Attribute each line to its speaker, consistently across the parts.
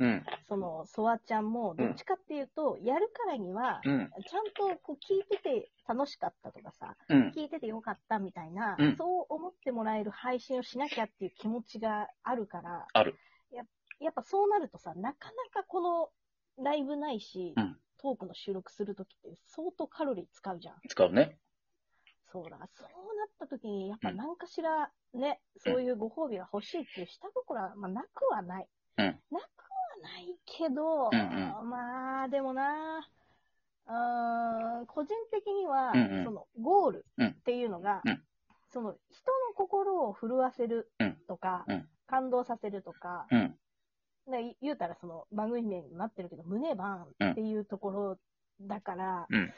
Speaker 1: うん。
Speaker 2: その、ソワちゃんも、どっちかっていうと、やるからには、
Speaker 1: うん。
Speaker 2: ちゃんとこう聞いてて楽しかったとかさ、
Speaker 1: うん。
Speaker 2: 聞いててよかったみたいな、
Speaker 1: うん
Speaker 2: そう思ってもらえる配信をしなきゃっていう気持ちがあるから、
Speaker 1: ある
Speaker 2: や。やっぱそうなるとさ、なかなかこのライブないし、
Speaker 1: うん
Speaker 2: トークの収録するときって相当カロリー使うじゃん。
Speaker 1: 使うね。
Speaker 2: そうだ、そうなったときに、やっぱ何かしらね、そういうご褒美が欲しいっていう下心は、まあ、なくはない。
Speaker 1: うん
Speaker 2: なくはないけど、
Speaker 1: うん
Speaker 2: まあ、でもな、うーん、個人的には、
Speaker 1: うんうん
Speaker 2: そのゴール
Speaker 1: うん
Speaker 2: っていうのが、
Speaker 1: うん
Speaker 2: その人の心を震わせるとか、
Speaker 1: うんうん
Speaker 2: 感動させるとか、
Speaker 1: うん。
Speaker 2: だから言うたらその番組名にもなってるけど、胸バーンっていうところだから、
Speaker 1: うん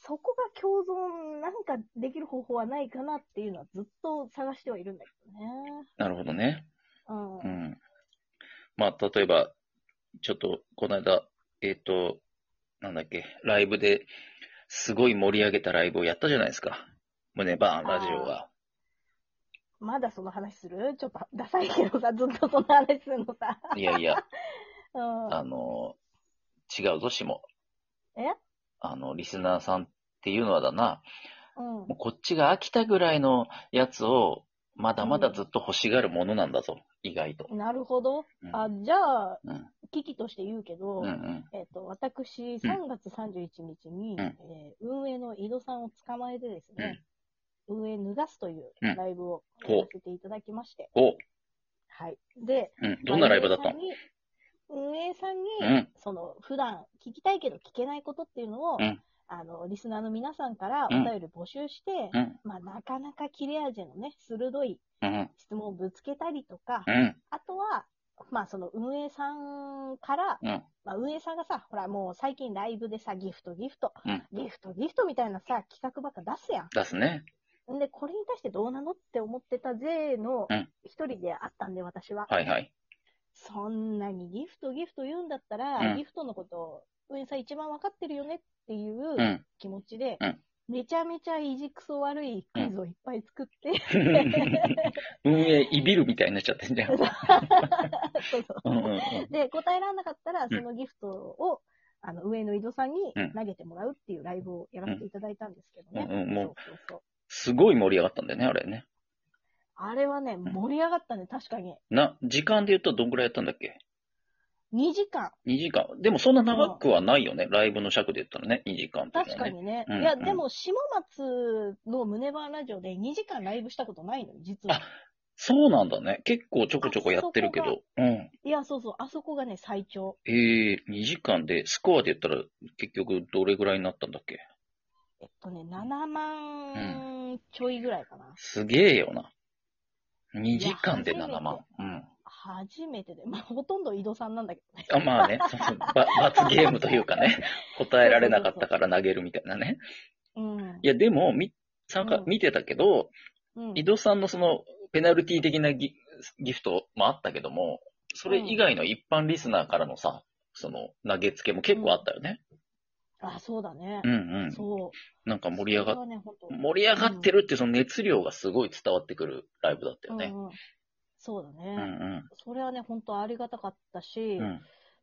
Speaker 2: そこが共存、なんかできる方法はないかなっていうのはずっと探してはいるんだけどね。
Speaker 1: なるほどね。
Speaker 2: うん。
Speaker 1: う
Speaker 2: うん。
Speaker 1: ん。まあ、例えば、ちょっと、この間、えっ、と、なんだっけ、ライブで、すごい盛り上げたライブをやったじゃないですか。胸バーンラジオは。
Speaker 2: まだその話するちょっとダサいけどさ、ずっとその話するのさ。
Speaker 1: いやいや、
Speaker 2: うん。
Speaker 1: あの、違うぞ、しも。
Speaker 2: え
Speaker 1: あの、リスナーさんっていうのはだな、
Speaker 2: うん
Speaker 1: もうこっちが飽きたぐらいのやつを、まだまだずっと欲しがるものなんだぞ、意外と。
Speaker 2: なるほど。
Speaker 1: うん
Speaker 2: あ、じゃあ、
Speaker 1: うん
Speaker 2: 危機として言うけど、
Speaker 1: うんうん。
Speaker 2: えっ、と、私、3月31日に、
Speaker 1: うん
Speaker 2: えー運営の井戸さんを捕まえてですね、運営脱がすという
Speaker 1: うん
Speaker 2: ライブをさ
Speaker 1: ほう
Speaker 2: せていただきまして、
Speaker 1: お、
Speaker 2: はい。で、
Speaker 1: うん、どんなライブだった
Speaker 2: まあ
Speaker 1: の
Speaker 2: 運営さんに、
Speaker 1: う
Speaker 2: 運営さんに
Speaker 1: ん、
Speaker 2: その、普段聞きたいけど聞けないことっていうのを、
Speaker 1: うん
Speaker 2: あの、リスナーの皆さんからお
Speaker 1: うん
Speaker 2: 便り募集して、
Speaker 1: うん、
Speaker 2: まあ、なかなか切れ味のね、鋭い
Speaker 1: うん、
Speaker 2: 質問をぶつけたりとか、
Speaker 1: うん、
Speaker 2: あとは、まあ、その運営さんから、
Speaker 1: うん、
Speaker 2: まあ、運営さんがさ、ほら、もう最近ライブでさ、ギフト、ギフト、
Speaker 1: うん
Speaker 2: ギフト、ギフトみたいなさ、企画ばっか出すや
Speaker 1: 出すね。
Speaker 2: ん。んで、これに対してどうなのって思ってた税の
Speaker 1: うん
Speaker 2: 一人であったんで、私は。
Speaker 1: はいはい。
Speaker 2: そんなにギフト、ギフト言うんだったら、
Speaker 1: うん
Speaker 2: ギフトのこと、運営さん一番わかってるよねっていう
Speaker 1: う。
Speaker 2: うん気持ちで、
Speaker 1: うん
Speaker 2: めちゃめちゃいじくそ悪いクイズをいっぱい作って、
Speaker 1: 運営いびるみたいになっちゃってんじゃん。う
Speaker 2: そうそうん
Speaker 1: うんうん。
Speaker 2: で、答えられなかったら、
Speaker 1: ん
Speaker 2: そのギフトを、あの、上の井戸さんに
Speaker 1: うん
Speaker 2: 投げてもらうっていうライブをやらせていただいたんですけどね。
Speaker 1: うんうんもう
Speaker 2: そうそうそう。
Speaker 1: すごい盛り上がったんだよね、あれね。
Speaker 2: あれはね、盛り上がったね、確かに。
Speaker 1: な、時間で言ったらどんぐらいやったんだっけ
Speaker 2: 2時間。
Speaker 1: 2時間。でもそんな長くはないよね。ライブの尺で言ったらね、2時間っていうのはね。
Speaker 2: 確かにね。
Speaker 1: うん
Speaker 2: いや、
Speaker 1: うん
Speaker 2: でも、下松の胸バーンラジオで2時間ライブしたことないのよ、実は
Speaker 1: あ。そうなんだね。結構ちょこちょこやってるけ
Speaker 2: あそ
Speaker 1: ど。うん。
Speaker 2: いや、そうそう、あそこがね、最長。
Speaker 1: ええ2時間で、スコアで言ったら結局どれぐらいになったんだっけ
Speaker 2: えっとね、7万ちょいぐらいかな。
Speaker 1: すげえよな。2時間で7万。うん。
Speaker 2: 初めてで。まあ、ほとんど井戸さんなんだけどね。
Speaker 1: あまあね、そうそうば罰ゲームというか ね、答えられなかったから投げるみたいなね。
Speaker 2: うん。
Speaker 1: いや、でも、み、参加
Speaker 2: うん、
Speaker 1: 見てたけど、
Speaker 2: うん
Speaker 1: 井戸さんのその、ペナルティ的なギギフトもあったけども、それ以外の一般リスナーからのさ、その、投げつけも結構あったよね。
Speaker 2: あ、そうだね
Speaker 1: う。んうん。
Speaker 2: そう。
Speaker 1: なんか盛り上がっ
Speaker 2: それはね、ほんと
Speaker 1: 盛り上がってるってその熱量がすごい伝わってくるライブだったよね。
Speaker 2: うんうん、そうだ
Speaker 1: う
Speaker 2: ね
Speaker 1: ん、うん。
Speaker 2: それはね、本当ありがたかったし、
Speaker 1: うん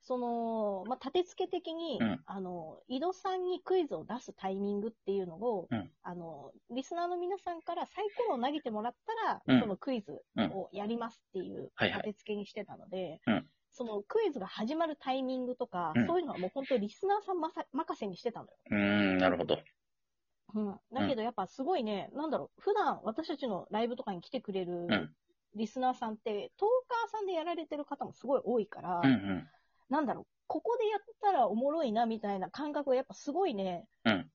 Speaker 2: その、まあ、立て付け的に、
Speaker 1: うん
Speaker 2: あの、井戸さんにクイズを出すタイミングっていうのを、
Speaker 1: うん
Speaker 2: あの、リスナーの皆さんからサイコロを投げてもらったら、
Speaker 1: うん
Speaker 2: そのクイズをやりますっていう
Speaker 1: はいはい
Speaker 2: 立て付けにしてたので、
Speaker 1: うん
Speaker 2: そのクイズが始まるタイミングとか、
Speaker 1: うん
Speaker 2: そういうのはもう本当リスナーさんまさ任せにしてたのよ。
Speaker 1: うーん、なるほど。
Speaker 2: うん、だけどやっぱすごいね、なんだろう、普段私たちのライブとかに来てくれる
Speaker 1: ん
Speaker 2: リスナーさんって、トーカーさんでやられてる方もすごい多いから、
Speaker 1: うんうん。
Speaker 2: なんだろう、ここでやったらおもろいなみたいな感覚がやっぱすごいね、
Speaker 1: うん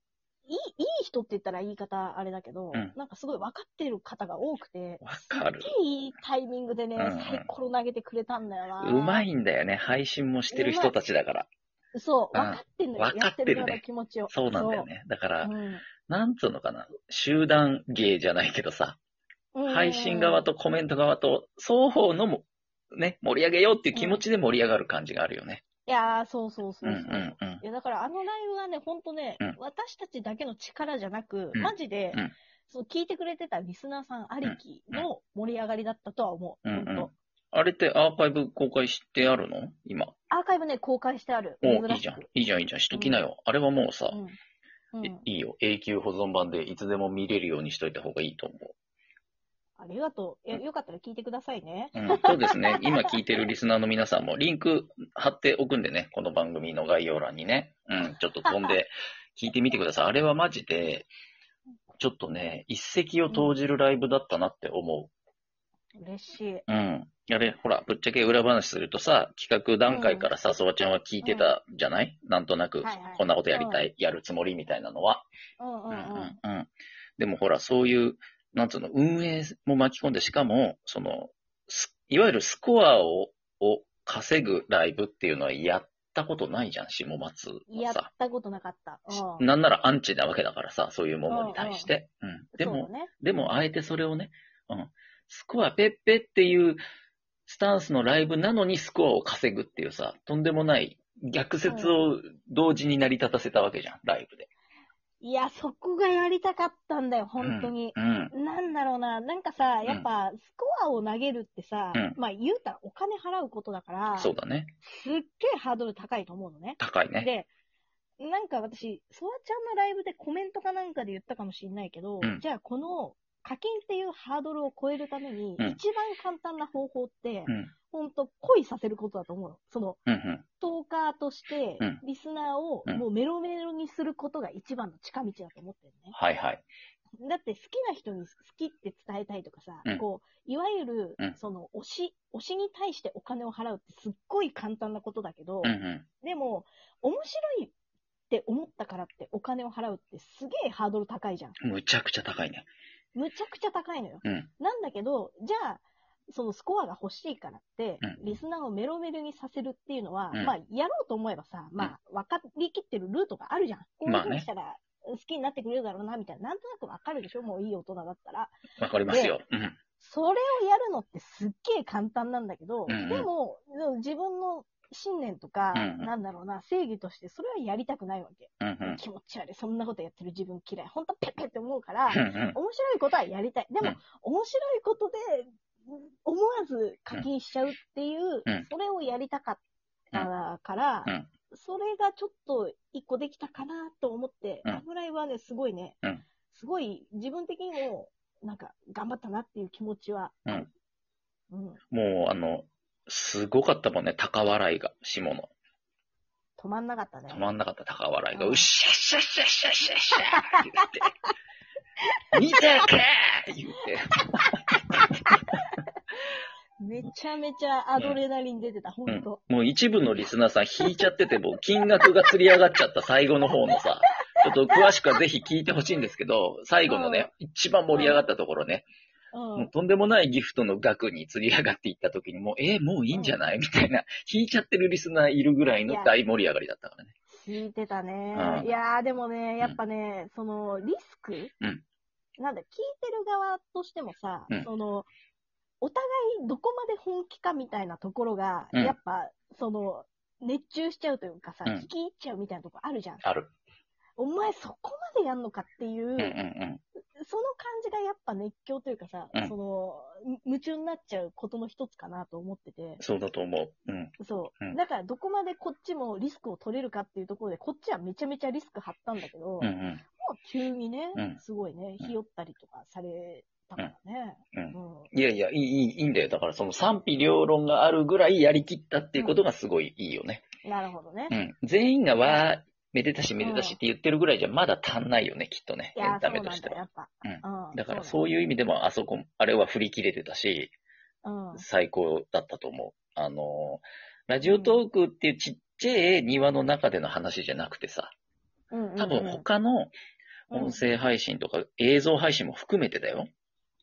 Speaker 2: いいいい人って言ったら言い方あれだけど、
Speaker 1: うん
Speaker 2: なんかすごい分かってる方が多くて、
Speaker 1: わかる。
Speaker 2: いいタイミングでね、
Speaker 1: うんうん
Speaker 2: サイコロ投げてくれたんだよな。
Speaker 1: うまいんだよね。配信もしてる人たちだから。
Speaker 2: そう、
Speaker 1: うん
Speaker 2: 分かってんのよ、
Speaker 1: 分か
Speaker 2: や
Speaker 1: っ
Speaker 2: ってて
Speaker 1: るね
Speaker 2: る側の気持ちを。
Speaker 1: そうなんだよね。だから、
Speaker 2: そう。うん
Speaker 1: なんつうのかな。集団芸じゃないけどさ、
Speaker 2: うん
Speaker 1: 配信側とコメント側と、双方のも、ね、盛り上げようっていう気持ちで盛り上がる感じがあるよね。
Speaker 2: いやー、そうそうそううんそうう。
Speaker 1: んうん。
Speaker 2: いや、だからあのライブはね、ほんとね、
Speaker 1: うん
Speaker 2: 私たちだけの力じゃなく、
Speaker 1: うん
Speaker 2: マジで、
Speaker 1: うん
Speaker 2: そう聞いてくれてたリスナーさんありきの盛り上がりだったとは思う。
Speaker 1: うんう
Speaker 2: ほん
Speaker 1: ん
Speaker 2: と。
Speaker 1: あれってアーカイブ公開してあるの今。
Speaker 2: アーイブね、公開してある。
Speaker 1: おいい
Speaker 2: 珍し
Speaker 1: じゃん
Speaker 2: く。
Speaker 1: いいじゃん、いいじゃん。しときなよ。あれはもうさ、
Speaker 2: うん。う
Speaker 1: い
Speaker 2: ん。
Speaker 1: いいよ。永久保存版でいつでも見れるようにしといた方がいいと思う。
Speaker 2: ありがとう。え、よかったら聞いてくださいね。
Speaker 1: うん、 そうですね。今聞いてるリスナーの皆さんもリンク貼っておくんでね、この番組の概要欄にね。うん、ちょっと飛ん で聞いてみてください。あれはマジで、ちょっとね、一石を投じるライブだったなって思
Speaker 2: 嬉しい。
Speaker 1: う。うん。あれ、ほら、ぶっちゃけ裏話するとさ、企画段階からさ、そばちゃんは聞いてたじゃないなんとなく
Speaker 2: はいはい、
Speaker 1: こんなことやりたい、やるつもりみたいなのは。
Speaker 2: うんう
Speaker 1: う
Speaker 2: んうんん。
Speaker 1: うんうん。でもほら、そういう、なんつうの、運営も巻き込んで、しかも、その、すいわゆるスコアを、を稼ぐライブっていうのはやったことないじゃん、下松
Speaker 2: や
Speaker 1: は
Speaker 2: っ
Speaker 1: さ。
Speaker 2: たことなかった。うん。そう
Speaker 1: なんならアンチなわけだからさ、そういうものに対して。うん。でも、
Speaker 2: ね。
Speaker 1: でもあえてそれをね、うん。スコアペッペっていうスタンスのライブなのにスコアを稼ぐっていうさ、とんでもない逆説を同時に成り立たせたわけじゃん、ライブで。
Speaker 2: いや、そこがやりたかったんだよ、本当に。
Speaker 1: うん。うん
Speaker 2: なんだろうな、なんかさ、やっぱ、スコアを投げるってさ、
Speaker 1: うん
Speaker 2: まあ言うたらお金払うことだから、す
Speaker 1: そ
Speaker 2: っ
Speaker 1: うだね。
Speaker 2: げえハードル高いと思うのね。
Speaker 1: 高いね。
Speaker 2: で、なんか私、ソワちゃんのライブでコメントかなんかで言ったかもしれないけど、
Speaker 1: うん
Speaker 2: じゃあこの課金っていうハードルを超えるために、
Speaker 1: うん
Speaker 2: 一番簡単な方法って、
Speaker 1: うん。
Speaker 2: ほんと恋させることだと思うの。その、
Speaker 1: うんうん。
Speaker 2: ストーカーとして
Speaker 1: うん、
Speaker 2: リスナーを
Speaker 1: うん
Speaker 2: もうメロメロにすることが一番の近道だと思ってるね。
Speaker 1: はいはい。
Speaker 2: だって好きな人に好きって伝えたいとかさ、
Speaker 1: うん
Speaker 2: こう、いわゆる
Speaker 1: うん、
Speaker 2: その、推し、推しに対してお金を払うってすっごい簡単なことだけど、
Speaker 1: うんうん。
Speaker 2: でも、面白いって思ったからってお金を払うってすげえハードル高いじゃん。
Speaker 1: むちゃくちゃ高いね。
Speaker 2: むちゃくちゃ高いのよ。
Speaker 1: うん。
Speaker 2: なんだけど、じゃあ、そのスコアが欲しいからって、
Speaker 1: うん
Speaker 2: リスナーをメロメロにさせるっていうのは、
Speaker 1: うん
Speaker 2: まあ、やろうと思えばさ、まあ、分かりきってるルートがあるじゃん。こういうふう
Speaker 1: まあ
Speaker 2: に
Speaker 1: ね
Speaker 2: したら好きになってくれるだろうな、みたいな。なんとなく分かるでしょもういい大人だったら。
Speaker 1: わかりますよ。うん。
Speaker 2: それをやるのってすっげえ簡単なんだけど、
Speaker 1: うんうん
Speaker 2: でも、自分の信念とか、
Speaker 1: うんうん
Speaker 2: なんだろうな、正義としてそれはやりたくないわけ。
Speaker 1: うんうん。
Speaker 2: 気持ち悪い。そんなことやってる自分嫌い。ほんとペッペって思うから、
Speaker 1: うん
Speaker 2: 面
Speaker 1: うん。
Speaker 2: 白いことはやりたい。でも、
Speaker 1: うん
Speaker 2: 面白いことで、思わず課金しちゃうっていう、
Speaker 1: うん
Speaker 2: それをやりたかったから、
Speaker 1: うん
Speaker 2: それがちょっと一個できたかなと思って、
Speaker 1: うん
Speaker 2: 油絵はね、すごいね、
Speaker 1: うん
Speaker 2: すごい自分的にも、なんか頑張ったなっていう気持ちはある。うん
Speaker 1: もう、あの、すごかったもんね、高笑いが、下の。
Speaker 2: 止まんなかったね。
Speaker 1: 止まんなかった高笑いが、
Speaker 2: うん
Speaker 1: うっしゃっしゃっしゃっしゃっしゃっしゃって言って、見たかー言って、
Speaker 2: めちゃめちゃアドレナリン出てた、ほんと。
Speaker 1: もう一部のリスナーさん引いちゃってて、もう金額が釣り上がっちゃった最後の方のさ、ちょっと詳しくはぜひ聞いてほしいんですけど、最後のね、一番盛り上がったところね、
Speaker 2: うん。
Speaker 1: もうとんでもないギフトの額に釣り上がっていった時に、もう、えーもういいんじゃないみたいな、 引いちゃってるリスナーいるぐらいの大盛り上がりだったからね。
Speaker 2: 聞いてたね。
Speaker 1: うん
Speaker 2: いやー、でもね、やっぱね、その、リスク、
Speaker 1: うん
Speaker 2: なんだ、聞いてる側としてもさ、
Speaker 1: うん
Speaker 2: その、お互いどこまで本気かみたいなところが、
Speaker 1: うん
Speaker 2: やっぱ、その、熱中しちゃうというかさ、
Speaker 1: うん
Speaker 2: 聞き入っちゃうみたいなとこあるじゃん。
Speaker 1: ある。
Speaker 2: お前そこまでやんのかってい
Speaker 1: う
Speaker 2: う、
Speaker 1: んうんうん。
Speaker 2: その感じがやっぱ熱狂というかさ、
Speaker 1: うん
Speaker 2: その、む夢中になっちゃうことの一つかなと思ってて。
Speaker 1: そうだと思う。うん。
Speaker 2: そう。
Speaker 1: うん
Speaker 2: だから、どこまでこっちもリスクを取れるかっていうところで、こっちはめちゃめちゃリスク張ったんだけど、
Speaker 1: うんう。
Speaker 2: もうん急にね、
Speaker 1: うん
Speaker 2: すごいね、
Speaker 1: うん
Speaker 2: ひよったりとかされたからね。
Speaker 1: うん
Speaker 2: うん
Speaker 1: いやいや、いい、いい、いいんだよ。だからその賛否両論があるぐらいやりきったっていうことがすごいいいよね。
Speaker 2: なるほどね。
Speaker 1: うん。全員がわー、めでたしめでたしって言ってるぐらいじゃまだ足んないよね、きっとね。
Speaker 2: い
Speaker 1: エ
Speaker 2: や
Speaker 1: ン
Speaker 2: ー、そ
Speaker 1: タ
Speaker 2: うな
Speaker 1: メ
Speaker 2: ん
Speaker 1: として
Speaker 2: だ、や
Speaker 1: は。
Speaker 2: っぱ。うん
Speaker 1: だからそういう意味でも、あそこ、あれは振り切れてたし、
Speaker 2: うん。
Speaker 1: 最高だったと思う。あのー、ラジオトークっていうちっちゃい庭の中での話じゃなくてさ、
Speaker 2: うん。
Speaker 1: 多分他の
Speaker 2: うん
Speaker 1: 音声配信とか映像配信も含めてだよ。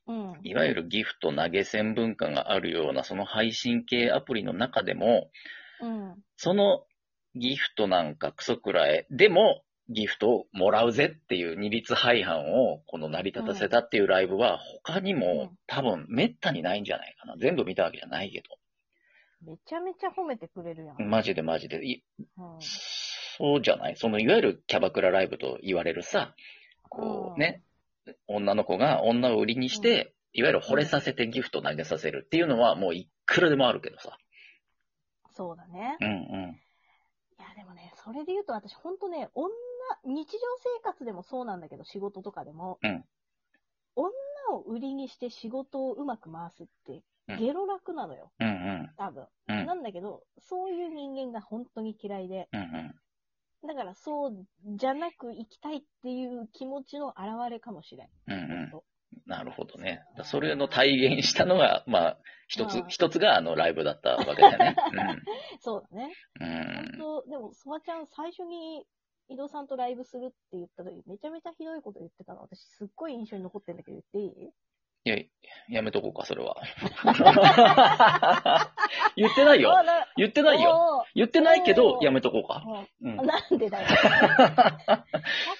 Speaker 2: うん。
Speaker 1: いわゆるギフト投げ銭文化があるようなその配信系アプリの中でも、
Speaker 2: うん。
Speaker 1: そのギフトなんかクソくらえ、でもギフトをもらうぜっていう二律背反をこの成り立たせたっていうライブは他にも
Speaker 2: うん
Speaker 1: 多分めったにないんじゃないかな。全部見たわけじゃないけど。
Speaker 2: めちゃめちゃ褒めてくれるやん。
Speaker 1: マジでマジで。い
Speaker 2: うん
Speaker 1: そうじゃないそのいわゆるキャバクラライブと言われるさ、こうね、女の子が女を売りにして、いわゆる惚れさせてギフト投げさせるっていうのはもういくらでもあるけどさ。
Speaker 2: そうだね
Speaker 1: う。んうん。
Speaker 2: れで言うと私ほんとね、女、日常生活でもそうなんだけど、仕事とかでも、
Speaker 1: うん
Speaker 2: 女を売りにして仕事をうまく回すって
Speaker 1: うん、
Speaker 2: ゲロ楽なのよ、
Speaker 1: うんうん。
Speaker 2: 多分。
Speaker 1: うん
Speaker 2: なんだけど、そういう人間が本当に嫌いで、
Speaker 1: うんうん。
Speaker 2: だからそうじゃなく生きたいっていう気持ちの表れかもしれん。
Speaker 1: うんうん
Speaker 2: ほんと
Speaker 1: なるほどね。だそれの体現したのが、まあ、一
Speaker 2: う
Speaker 1: つ
Speaker 2: ん、
Speaker 1: 一つがあのライブだったわけだ よね。
Speaker 2: そうだね。
Speaker 1: うん。うん。
Speaker 2: 本当、でも、ソワちゃん最初に、井戸さんとライブするって言った時、めちゃめちゃひどいこと言ってたの。私、すっごい印象に残ってんだけど、言っていい
Speaker 1: いや、やめとこうか、それは。 言ってないよ。
Speaker 2: あな
Speaker 1: 言ってないよ。
Speaker 2: よ。
Speaker 1: 言ってないけど
Speaker 2: お、ー
Speaker 1: やめとこうか。う
Speaker 2: うん
Speaker 1: ん。
Speaker 2: なんでだ よ。さっ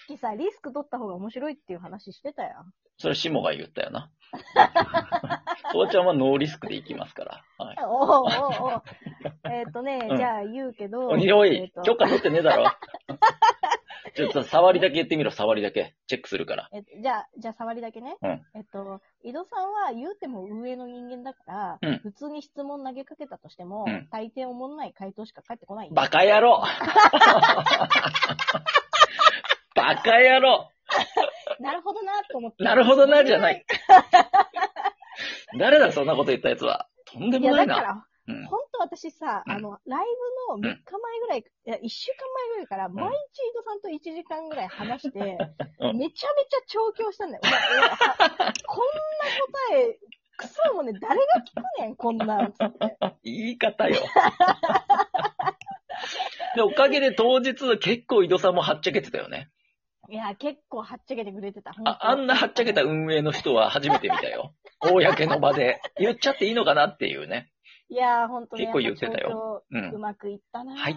Speaker 2: きさ、リスク取った方が面白いっていう話してたやん。
Speaker 1: それ、しもが言ったよな。 そうちゃんはノーリスクでいきますから。はい。
Speaker 2: おうお うおうえっとね、
Speaker 1: うん
Speaker 2: じゃあ言うけど。
Speaker 1: おいお
Speaker 2: えっ
Speaker 1: い
Speaker 2: と、
Speaker 1: 許可取ってねえだろ。 ちょっと触りだけ言ってみろ、触りだけ。チェックするから。
Speaker 2: えっとじゃあ、じゃあ、触りだけね。
Speaker 1: うん
Speaker 2: えっと、井戸さんは言うても上の人間だから、
Speaker 1: うん
Speaker 2: 普通に質問投げかけたとしても、
Speaker 1: うん
Speaker 2: 大抵おもんない回答しか返ってこないよ。
Speaker 1: バカ野郎 バカ野郎
Speaker 2: なるほどなと思って。
Speaker 1: なるほどな、じゃない。。 誰だ、そんなこと言ったやつは。とんで
Speaker 2: い
Speaker 1: も
Speaker 2: や、
Speaker 1: な
Speaker 2: だ
Speaker 1: い
Speaker 2: か
Speaker 1: な。
Speaker 2: ら、
Speaker 1: うん
Speaker 2: 本当私さ、
Speaker 1: うん
Speaker 2: あの、ライブの3日前ぐらい、いや、1週間前ぐらいから、
Speaker 1: ん
Speaker 2: 毎日井戸さんと1時間ぐらい話して、めち ゃ
Speaker 1: う
Speaker 2: めちゃ調教したんだよ。お前お前はこんな答え、クソもね、誰が聞くねん、こんなん。つって
Speaker 1: 言い方よ。 で、おかげで当日結構井戸さんもはっちゃけてたよね。
Speaker 2: いや、結構はっちゃけてくれてた。
Speaker 1: ああんなはっちゃけた運営の人は初めて見たよ。公の場で。言っちゃっていいのかなっていうね。
Speaker 2: いやー、ほんとね。
Speaker 1: 結構言ってたよ
Speaker 2: やぱ調教
Speaker 1: うん
Speaker 2: うまくいったなー
Speaker 1: 入っ